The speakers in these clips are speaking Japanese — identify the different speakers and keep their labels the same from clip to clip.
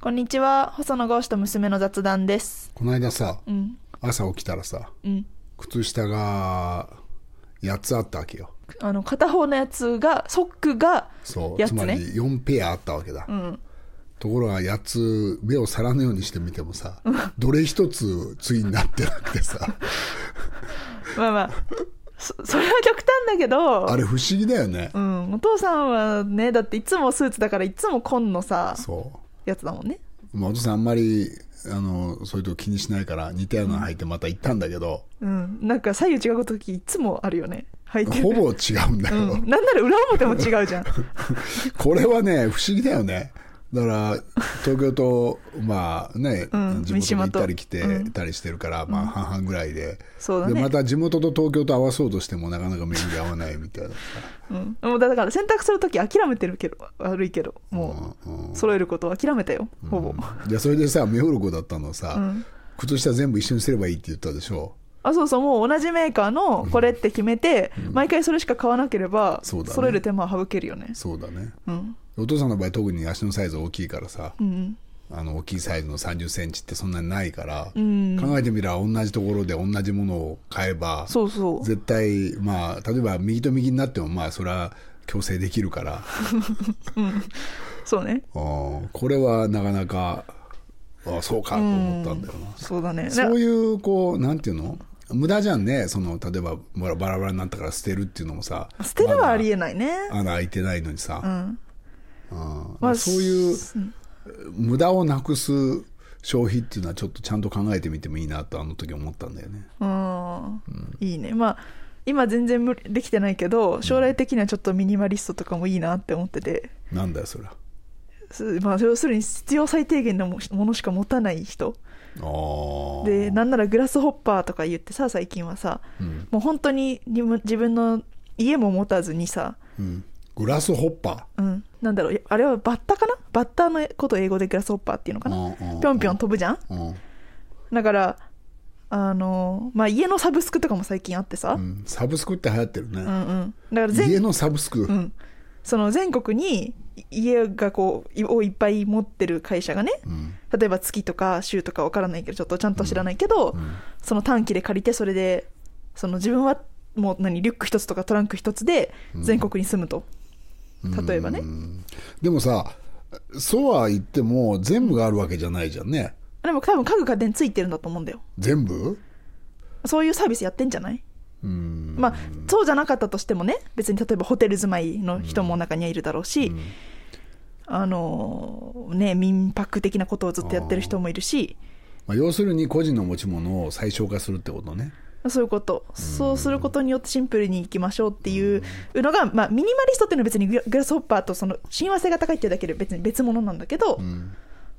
Speaker 1: こんにちは細野豪志と娘の雑談です
Speaker 2: この間さ
Speaker 1: うん
Speaker 2: 朝起きたらさ
Speaker 1: うん
Speaker 2: 靴下が8つあったわけよ
Speaker 1: あの片方のやつがソックが
Speaker 2: そう、
Speaker 1: やつ
Speaker 2: つまり
Speaker 1: ね
Speaker 2: 4ペアあったわけだ、
Speaker 1: うん
Speaker 2: ところが8つ目を皿のようにしてみてもさどれ一つ次になってなくてさ
Speaker 1: まあまあそそれは極端だけど
Speaker 2: あれ不思議だよね、
Speaker 1: うん、お父さんはねだっていつもスーツだからいつも紺のさ
Speaker 2: そ
Speaker 1: やつだもんね
Speaker 2: うまあお父さんあんまりあのそういうとこ気にしないから似たようなの履いてまた行ったんだけ ど、
Speaker 1: うんなんか左右違う時いつもあるよね履いてる
Speaker 2: ほぼ違うんだ
Speaker 1: う
Speaker 2: よ、
Speaker 1: ん、なんなら裏表も違う じゃん
Speaker 2: これはね不思議だよねだから東京とまあね、
Speaker 1: うん
Speaker 2: 地元に行ったり来て
Speaker 1: 三島とうん
Speaker 2: たりしてるから、まあ半々ぐらいで,、
Speaker 1: そうだね
Speaker 2: でまた地元と東京と合わそうとしてもなかなか巡り合わないみたいなさ、
Speaker 1: うん、もうだから洗濯する時諦めてるけど悪いけども
Speaker 2: うんうん
Speaker 1: う揃えることを諦めたよほぼ、
Speaker 2: いやそれでさ目黒子だったのさ、
Speaker 1: うん
Speaker 2: 靴下全部一緒にすればいいって言ったでしょ
Speaker 1: あそうそうもう同じメーカーのこれって決めて、毎回それしか買わなければ
Speaker 2: そうだね
Speaker 1: 揃える手間は省けるよね
Speaker 2: そうだね
Speaker 1: うん
Speaker 2: お父さんの場合特に足のサイズ大きいからさ、
Speaker 1: うん
Speaker 2: あの大きいサイズの3 0ンチってそんなにないから、
Speaker 1: うん
Speaker 2: 考えてみれば同じところで同じものを買えば
Speaker 1: そうそう
Speaker 2: 絶対まあ例えば右と右になってもまあそれは強制できるから
Speaker 1: そうね
Speaker 2: あーこれはなかなかあそうかと思ったんだよな、
Speaker 1: そうだね
Speaker 2: そういうこうなんていうの無駄じゃんねその例えばバラバラになったから捨てるっていうのもさ
Speaker 1: 捨てるはあり
Speaker 2: え
Speaker 1: えないね、
Speaker 2: 穴開いてないのにさ、
Speaker 1: うん
Speaker 2: うん
Speaker 1: まあ
Speaker 2: そういう
Speaker 1: うん
Speaker 2: 無駄をなくす消費っていうのはちょっとちゃんと考えてみてもいいなとあの時思ったんだよね
Speaker 1: うんいいねまあ今全然無理できてないけど将来的にはちょっとミニマリストとかもいいなって思ってて、
Speaker 2: なんだよそれは
Speaker 1: すまあ、要するに必要最低限のもものしか持たない人
Speaker 2: ああ
Speaker 1: でなんならグラスホッパーとか言ってさ最近はさ、
Speaker 2: うん
Speaker 1: もう本当ににも自分の家も持たずにさ、
Speaker 2: うん、グラスホッパー
Speaker 1: うん、なんだろうあれはバッタかなバッタのこと英語でグラスホッパーっていうのか
Speaker 2: う
Speaker 1: なん
Speaker 2: うんうん
Speaker 1: ぴょんぴょん飛ぶじゃん
Speaker 2: うん
Speaker 1: だからあのまあ家のサブスクとかも最近あってさ、
Speaker 2: うんサブスクって流行ってる
Speaker 1: う
Speaker 2: ね、
Speaker 1: んうん、だから
Speaker 2: 家
Speaker 1: 全,、
Speaker 2: のサブスク、
Speaker 1: うん、その全国にい家がこういをいっぱい持ってる会社がね
Speaker 2: うん
Speaker 1: 例えば月とか週とかわからないけどちょっとちゃんと知らないけど、
Speaker 2: うん
Speaker 1: その短期で借りてそれでその自分はもう何リュック一つとかトランク一つで全国に住むと、例えばね
Speaker 2: うんでもさそうは言っても全部があるわけじゃないじゃんね
Speaker 1: でも多分家具家電ついてるんだと思うんだよ
Speaker 2: 全部
Speaker 1: そういうサービスやってんじゃない
Speaker 2: うん
Speaker 1: まあそうじゃなかったとしてもね別に例えばホテル住まいの人も中にはいるだろうし、あのーね民泊的なことをずっとやってる人もいるし
Speaker 2: まあ、要するに個人の持ち物を最小化するってことね
Speaker 1: そういうことそうすることによってシンプルにいきましょうっていうのが、まあ、ミニマリストっていうのは別にグラグラスホッパーとその親和性が高いっていうだけで別に別物なんだけど、
Speaker 2: ん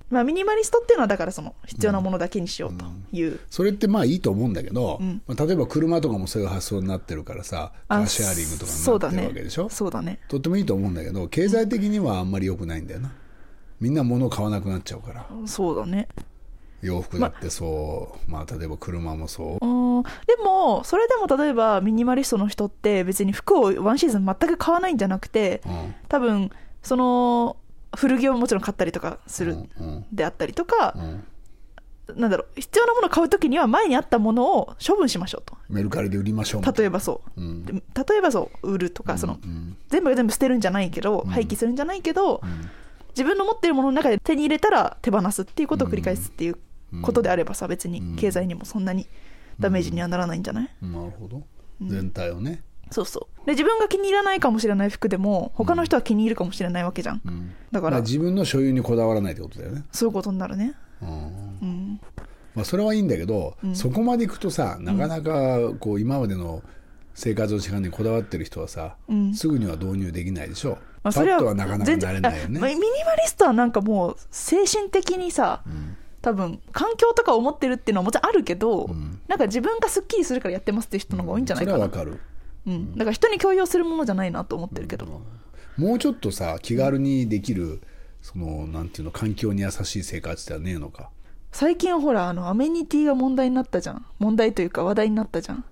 Speaker 1: まあ、ミニマリストっていうのはだからその必要なものだけにしようという、
Speaker 2: それってまあいいと思うんだけど、
Speaker 1: うん
Speaker 2: まあ、例えば車とかもそういう発想になってるからさ
Speaker 1: あ
Speaker 2: カーシェアリングとかになってるわけでしょ、
Speaker 1: そうだね
Speaker 2: とってもいいと思うんだけど経済的にはあんまり良くないんだよなみんな物を買わなくなっちゃうから
Speaker 1: そうだねそうだね
Speaker 2: 洋服だってそう、まあ、例えば車もそう
Speaker 1: うんでもそれでも例えばミニマリストの人って別に服をワンシーズン全く買わないんじゃなくて
Speaker 2: うん
Speaker 1: 多分その古着をもちろん買ったりとかする
Speaker 2: うんうん
Speaker 1: であったりとか
Speaker 2: う、ん
Speaker 1: なんだろう必要なものを買う時には前にあったものを処分しましょう
Speaker 2: メルカリで売りましょう
Speaker 1: と例えばそう、
Speaker 2: うん
Speaker 1: で例えばそう売るとか、その
Speaker 2: うん
Speaker 1: 全部が全部捨てるんじゃないけど廃棄するんじゃないけど、自分の持ってるものの中で手に入れたら手放すっていうことを繰り返すっていうことであればさ別に経済にもそんなにダメージにはならないんじゃない、
Speaker 2: なるほど全体をね、
Speaker 1: そうそうで自分が気に入らないかもしれない服でも他の人は気に入るかもしれないわけじゃん、
Speaker 2: うん
Speaker 1: だ
Speaker 2: だ
Speaker 1: か
Speaker 2: から
Speaker 1: ら
Speaker 2: 自分の所有にこだわらないってことだよね、
Speaker 1: そういうことになるね
Speaker 2: うん
Speaker 1: うん
Speaker 2: まあ、それはいいんだけど、そこまでいくとさなかなかこう今までの生活の時間にこだわってる人はさ、
Speaker 1: うん
Speaker 2: すぐには導入できないでしょ、
Speaker 1: まあ、
Speaker 2: パ
Speaker 1: それ
Speaker 2: ッ
Speaker 1: は
Speaker 2: とはなかなか
Speaker 1: 全
Speaker 2: な
Speaker 1: 然
Speaker 2: れないよね
Speaker 1: あまあミニマリストはなんかもう精神的にさ、多分環境とかを持ってるっていうのはもちろんあるけど、なんか自分がすっきりするからやってますっていう人の方が多いんじゃない
Speaker 2: それ
Speaker 1: か
Speaker 2: は
Speaker 1: な、う
Speaker 2: わ
Speaker 1: ん
Speaker 2: かる
Speaker 1: だから人に強要するものじゃないなと思ってるけど、
Speaker 2: もうちょっとさ気軽にできるそのなんていうの環境に優しい生活ではねえのか
Speaker 1: 最近ほらあのアメニティが問題になったじゃん問題というか話題になったじゃん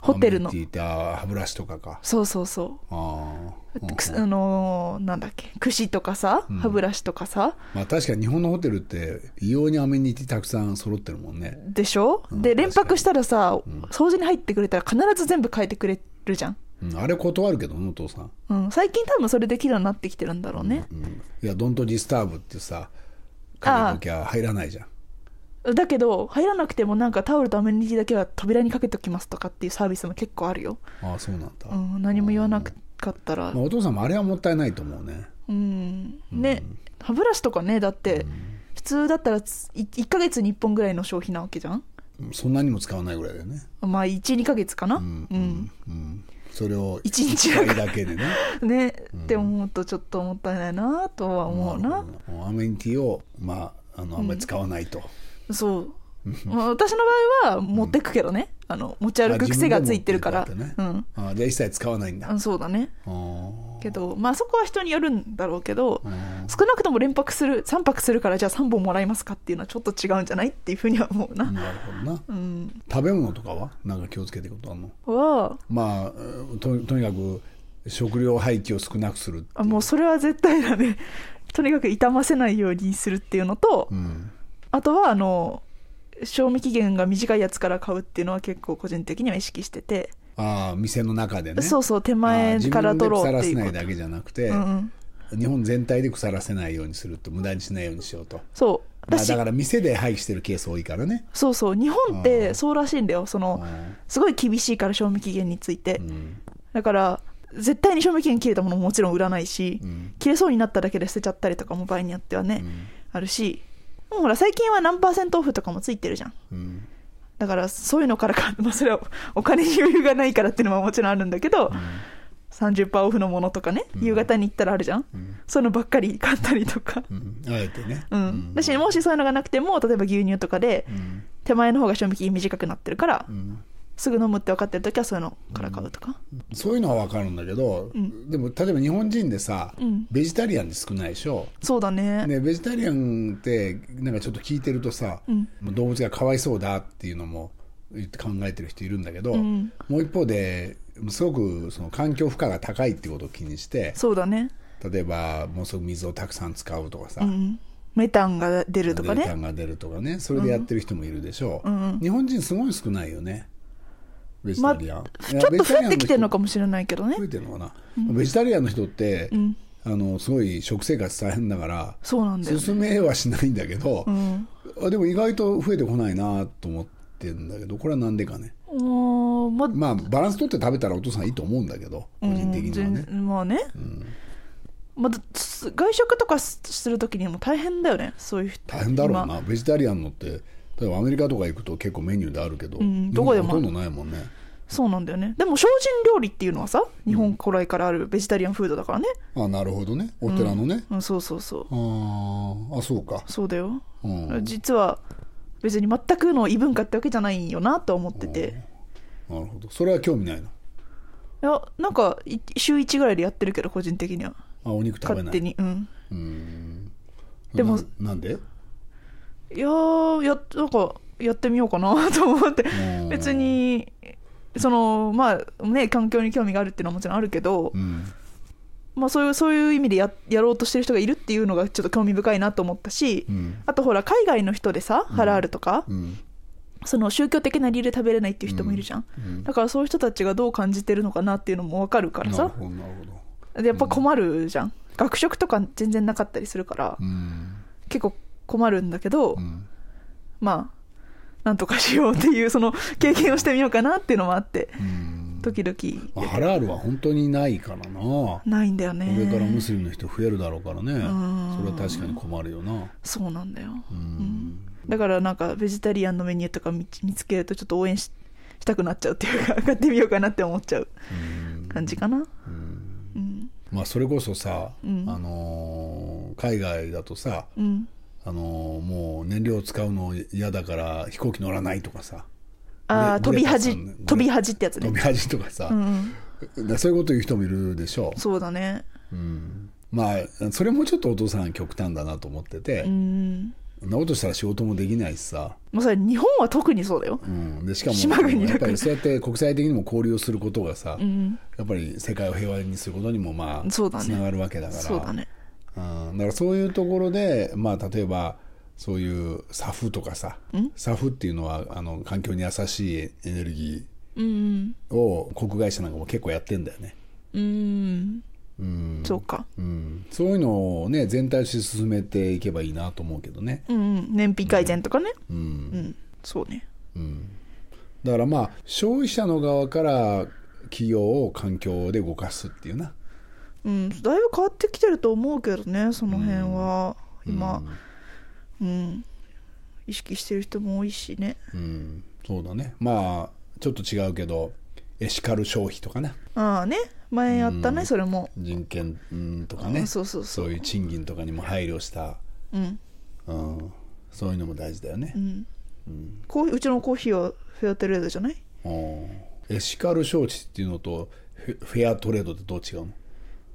Speaker 1: ホテルの
Speaker 2: アメニティってあー歯ブラシとかか
Speaker 1: そうそうそ
Speaker 2: あ
Speaker 1: う
Speaker 2: あ
Speaker 1: くすあのーなんだっけ櫛とかさ歯ブラシとかさ、
Speaker 2: まあ確かに日本のホテルって異様にアメニティたくさん揃ってるもんね
Speaker 1: でしょ、
Speaker 2: うん
Speaker 1: で
Speaker 2: 確か
Speaker 1: 連
Speaker 2: に
Speaker 1: 泊したらさ、掃除に入ってくれたら必ず全部変えてくれるじゃん、
Speaker 2: うんあれ断るけどねお父さん、
Speaker 1: うん、最近多分それできるようになってきてるんだろうね、
Speaker 2: うん、いや「ドントディスターブ」ってさ
Speaker 1: あ
Speaker 2: かけなきゃ入らないじゃん
Speaker 1: だけど入らなくてもなんかタオルとアメニティだけは扉にかけときますとかっていうサービスも結構あるよ、
Speaker 2: ああそうなんだ、
Speaker 1: うん、何も言わなかったら
Speaker 2: まあ、お父さんもあれはもったいないと思うね
Speaker 1: うんね歯ブラシとかねだって普通だったらつい1ヶ月に1本ぐらいの消費なわけじゃん
Speaker 2: うんそんなにも使わないぐらいだよね
Speaker 1: まあ12ヶ月かなうん、
Speaker 2: うん、それを
Speaker 1: 一日
Speaker 2: 一回だけで ね
Speaker 1: ねって思うとちょっともったいないなとは思うな、
Speaker 2: うんアメニティをまああのあんまり使わないと、
Speaker 1: そうまあ私の場合は持ってくけどね、あの持ち歩く癖がついてるから、
Speaker 2: あ自分で
Speaker 1: う
Speaker 2: も
Speaker 1: ん
Speaker 2: あじゃあ一切使わないんだ、
Speaker 1: あそうだね
Speaker 2: あ
Speaker 1: けどまあそこは人によるんだろうけど、
Speaker 2: ん
Speaker 1: 少なくとも連泊する3泊するからじゃあ3本もらえますかっていうのはちょっと違うんじゃないっていうふうには思う
Speaker 2: ー
Speaker 1: な、
Speaker 2: なるほどな
Speaker 1: うん、
Speaker 2: 食べ物とかはなんか気をつけてることあんの
Speaker 1: は
Speaker 2: まあうんととにかく食料廃棄を少なくするってい
Speaker 1: あもうそれは絶対だねとにかく傷ませないようにするっていうのと、
Speaker 2: うん、
Speaker 1: あとはあの賞味期限が短いやつから買うっていうのは結構個人的には意識してて、
Speaker 2: ああ店の中でね
Speaker 1: そうそう手前から取ろうってい
Speaker 2: 自分で腐らせな
Speaker 1: うこ
Speaker 2: いだけじゃなくて、
Speaker 1: と、うんうん、
Speaker 2: 日本全体で腐らせないようにすると無駄にしないようにしようと、
Speaker 1: そう
Speaker 2: ま
Speaker 1: だ
Speaker 2: あ、
Speaker 1: し、
Speaker 2: だから店で廃棄してるケース多いからね
Speaker 1: そうそう日本ってそうらしいんだよその
Speaker 2: う
Speaker 1: すごい厳しいから賞味期限について、
Speaker 2: ん
Speaker 1: だから絶対に賞味期限切れたものももちろん売らないし、
Speaker 2: うん
Speaker 1: 切れそうになっただけで捨てちゃったりとかも場合によってはね、あるしもうほら最近は何パーセントオフとかもついてるじゃん
Speaker 2: うん
Speaker 1: だからそういうのからか、まあ、それはお金に余裕がないからっていうのももちろんあるんだけど、30%オフのものとかね夕方に行ったらあるじゃん、そういうのばっかり買ったりとか、
Speaker 2: うんあえてね、
Speaker 1: うんだしもしそういうのがなくても例えば牛乳とかで、
Speaker 2: ん
Speaker 1: 手前の方が賞味期限短くなってるから、
Speaker 2: うん
Speaker 1: すぐ飲むって分かってる時はそういうのから買うとか、
Speaker 2: そういうのは分かるんだけど、でも例えば日本人でさ、
Speaker 1: うん
Speaker 2: ベジタリアンって少ないでしょ、
Speaker 1: そうだね
Speaker 2: ね、ベジタリアンってなんかちょっと聞いてるとさ、
Speaker 1: うん
Speaker 2: もう動物がかわいそうだっていうのも言って考えてる人いるんだけど、
Speaker 1: うん
Speaker 2: もう一方ですごくその環境負荷が高いってことを気にして
Speaker 1: そうだね
Speaker 2: 例えばもうすぐ水をたくさん使うとかさ、
Speaker 1: うんメタンが出るとか
Speaker 2: データ
Speaker 1: ね
Speaker 2: が出るとかねそれでやってる人もいるでしょう、
Speaker 1: うんうん
Speaker 2: 日本人すごい少ないよねベジ
Speaker 1: まあ
Speaker 2: タリ
Speaker 1: ち
Speaker 2: ア
Speaker 1: ょ
Speaker 2: ン、
Speaker 1: っと増えてきてるのか
Speaker 2: も
Speaker 1: もしれないけどね
Speaker 2: 増えてるのかな、ベジタリアンの人って、
Speaker 1: ん
Speaker 2: あのすごい食生活大変だから
Speaker 1: そうなんだよね
Speaker 2: 勧めはしないんだけど、
Speaker 1: うん
Speaker 2: あでも意外と増えてこないなと思ってんだけどこれはなんでかね
Speaker 1: おーまあ
Speaker 2: まあバランス取って食べたらお父さんいいと思うんだけど個人的にはね
Speaker 1: うん、全まあね、まあだす外食とかすするときにも大変だよねそういう人
Speaker 2: 大変だろう
Speaker 1: 今
Speaker 2: なベジタリアンのって例えばアメリカとか行くと結構メニューであるけど、
Speaker 1: んどこでも
Speaker 2: 日本ほとんどないもんね
Speaker 1: そうなんだよねでも精進料理っていうのはさ日本古来からあるベジタリアンフードだからね、
Speaker 2: あなるほどねお寺のね、
Speaker 1: うん、そうそうそう
Speaker 2: あーあそうか
Speaker 1: そうだよ、
Speaker 2: うん
Speaker 1: 実は別に全くの異文化ってわけじゃないよなと思ってて、
Speaker 2: なるほどそれは興味ないの
Speaker 1: いやなんかい週1ぐらいでやってるけど個人的には
Speaker 2: あお肉食べない
Speaker 1: 勝手にうん
Speaker 2: うーん
Speaker 1: でも
Speaker 2: ななん
Speaker 1: い
Speaker 2: で
Speaker 1: やーやなんかやってみようかなと思って
Speaker 2: うん
Speaker 1: 別にそのまあね環境に興味があるっていうのはもちろんあるけど、
Speaker 2: うん
Speaker 1: まあ、そういうそういう意味でややろうとしてる人がいるっていうのがちょっと興味深いなと思ったし、
Speaker 2: うん
Speaker 1: あとほら海外の人でさハラールとか、
Speaker 2: うん
Speaker 1: その宗教的な理由で食べれないっていう人もいるじゃん、
Speaker 2: うん
Speaker 1: だからそういう人たちがどう感じてるのかなっていうのも分かるか
Speaker 2: な
Speaker 1: ら
Speaker 2: る
Speaker 1: さ
Speaker 2: ほどなるほど
Speaker 1: でやっぱ困るじゃん学食とか全然なかったりするから、
Speaker 2: うん
Speaker 1: 結構困るんだけど、
Speaker 2: うん
Speaker 1: まあなんとかしようっていうその経験をしてみようかなっていうのもあって
Speaker 2: うん
Speaker 1: 時々
Speaker 2: まあハラールは本当にないからなこ
Speaker 1: ないんだよね
Speaker 2: れからムスリムの人増えるだろうからねそれ
Speaker 1: ん
Speaker 2: は確かに困るよな
Speaker 1: そうなんだよ
Speaker 2: うん
Speaker 1: だからなんかベジタリアンのメニューとか見見つけるとちょっと応援ししたくなっちゃうっていうか 買ってみようかなって思っちゃう感じかなうん
Speaker 2: まあそれこそさあ
Speaker 1: うん
Speaker 2: のー海外だとさ
Speaker 1: うん
Speaker 2: あのーもう燃料使うの嫌だから飛行機乗らないとかさ
Speaker 1: ああ
Speaker 2: グ
Speaker 1: 飛び
Speaker 2: レグレタさ
Speaker 1: 恥
Speaker 2: んねグレ
Speaker 1: 飛び恥ってやつ
Speaker 2: 飛
Speaker 1: ね
Speaker 2: び恥とかさ、
Speaker 1: うんうん
Speaker 2: だそういうこと言う人もいるでしょ
Speaker 1: そうだね
Speaker 2: う、うんまあそれもちょっとお父さん極端だなと思ってて
Speaker 1: う、ん
Speaker 2: うんなことしたら仕事もできないしさ、
Speaker 1: もうそれ日本は特にそうだよ
Speaker 2: うん、でしかも
Speaker 1: 島国だから
Speaker 2: やっぱりそうやって国際的にも交流をすることがさ、
Speaker 1: ん
Speaker 2: やっぱり世界を平和にすることにもまあ
Speaker 1: そうだね
Speaker 2: つながるわけだから
Speaker 1: そうだね
Speaker 2: うん、だからそういうところで、まあ、例えばそういうサフとかさサフっていうのはあの環境に優しいエネルギ
Speaker 1: うん
Speaker 2: ーを航空会社なんかも結構やってんだよね、
Speaker 1: うんそうか
Speaker 2: うん、そういうのをね全体として進めていけばいいなと思うけどね、
Speaker 1: うんうん燃費改善とかね
Speaker 2: うん
Speaker 1: うんそうね
Speaker 2: だからまあ消費者の側から企業を環境で動かすっていうな
Speaker 1: うんだいぶ変わってきてると思うけどねその辺は今うん意識してる人も多いしね
Speaker 2: うんそうだねまあちょっと違うけどエシカル消費とかね
Speaker 1: ああね前やったねそれも
Speaker 2: 人権うんとかね
Speaker 1: あそうそうそう
Speaker 2: いう賃金とかにも配慮した、
Speaker 1: うん
Speaker 2: うん、そういうのも大事だよね
Speaker 1: う、んコーヒーうちのコーヒーはフェアトレードじゃない
Speaker 2: うんエシカル招致っていうのとフェフェアトレードってどう違うの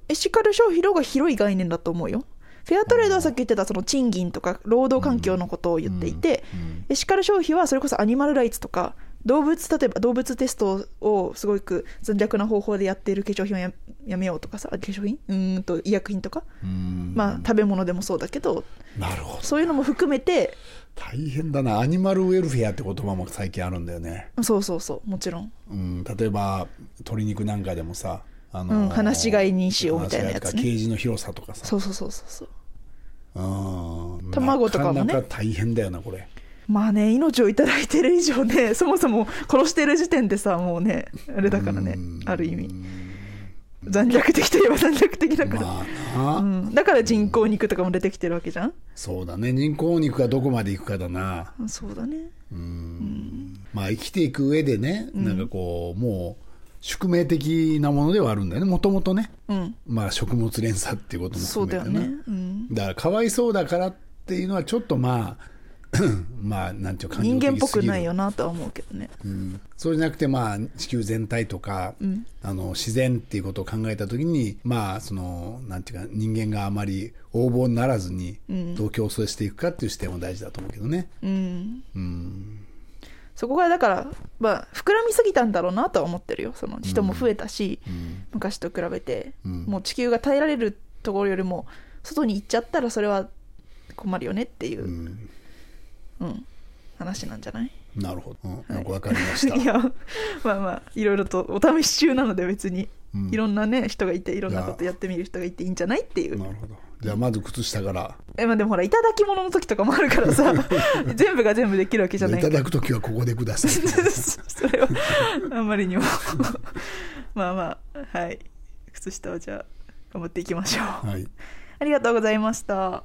Speaker 1: エシカル消費の方が広い概念だと思うよフェアトレードはさっき言ってたその賃金とか労働環境のことを言っていて、エシカル消費はそれこそアニマルライツとか動物例えば動物テストをすごく残虐な方法でやっている化粧品をややめようとかさあ化粧品うーんと医薬品とか、
Speaker 2: うん
Speaker 1: まあ食べ物でもそうだけど
Speaker 2: なるほど
Speaker 1: そういうのも含めて
Speaker 2: 大変だなアニマルウェルフェアって言葉も最近あるんだよね、
Speaker 1: そうそうそうもちろん
Speaker 2: うん、例えば鶏肉なんかでもさあ
Speaker 1: うん放し飼いにしようみたいなやつね
Speaker 2: 放し飼いとかケージの広さとかさ
Speaker 1: そうそうそうそうそう
Speaker 2: うん
Speaker 1: 卵とかもね
Speaker 2: なかなか大変だよなこれ
Speaker 1: まあね命をいただいてる以上 ねそもそも殺してる時点でさもうねあれだからねある意味残虐的といえば残虐的だから、
Speaker 2: まあな、
Speaker 1: うん、だから人工肉とかも出てきてるわけじゃん
Speaker 2: そうだね人工肉がどこまでいくかだな
Speaker 1: うんそうだね
Speaker 2: まあ、生きていく上でね、なんかこう、もう宿命的なものではあるんだよね、もともとね、
Speaker 1: うん
Speaker 2: まあ、食物連鎖っていうことも
Speaker 1: そうだ
Speaker 2: 含
Speaker 1: よ
Speaker 2: めてな
Speaker 1: ねうん
Speaker 2: だから、かわいそうだからっていうのは、ちょっとまあ、 まあ、なんていうか、
Speaker 1: 人間っぽくない
Speaker 2: よ、
Speaker 1: よなとは思うけどね
Speaker 2: うんそうじゃなくて、まあ、地球全体とか、あの自然っていうことを考えたときに、まあ、その、なんていうか、人間があまり横暴にならずに、どう競争していくかっていう視点も大事だと思うけどね。
Speaker 1: うんそこがだからまあ膨らみすぎたんだろうなとは思ってるよその人も増えたし、昔と比べて、もう地球が耐えられるところよりも外に行っちゃったらそれは困るよねっていう、
Speaker 2: うん
Speaker 1: うん、話なんじゃない
Speaker 2: なるほど。うん、よくわかりまし た。
Speaker 1: いやまあまあいろいろとお試し中なので別に、
Speaker 2: うん
Speaker 1: いろんなね人がいていろんなことやってみる人がいていいんじゃないっていう
Speaker 2: なるほど。じゃあまず靴下から。
Speaker 1: え、まあ、でもほらいただき物の時とかもあるから さ全部が全部できるわけじゃ
Speaker 2: い
Speaker 1: ない
Speaker 2: ただくときはここでくださ い。
Speaker 1: それはあんまりにも まあまあはい靴下をじゃあ頑張っていきましょう
Speaker 2: はい。
Speaker 1: ありがとうございました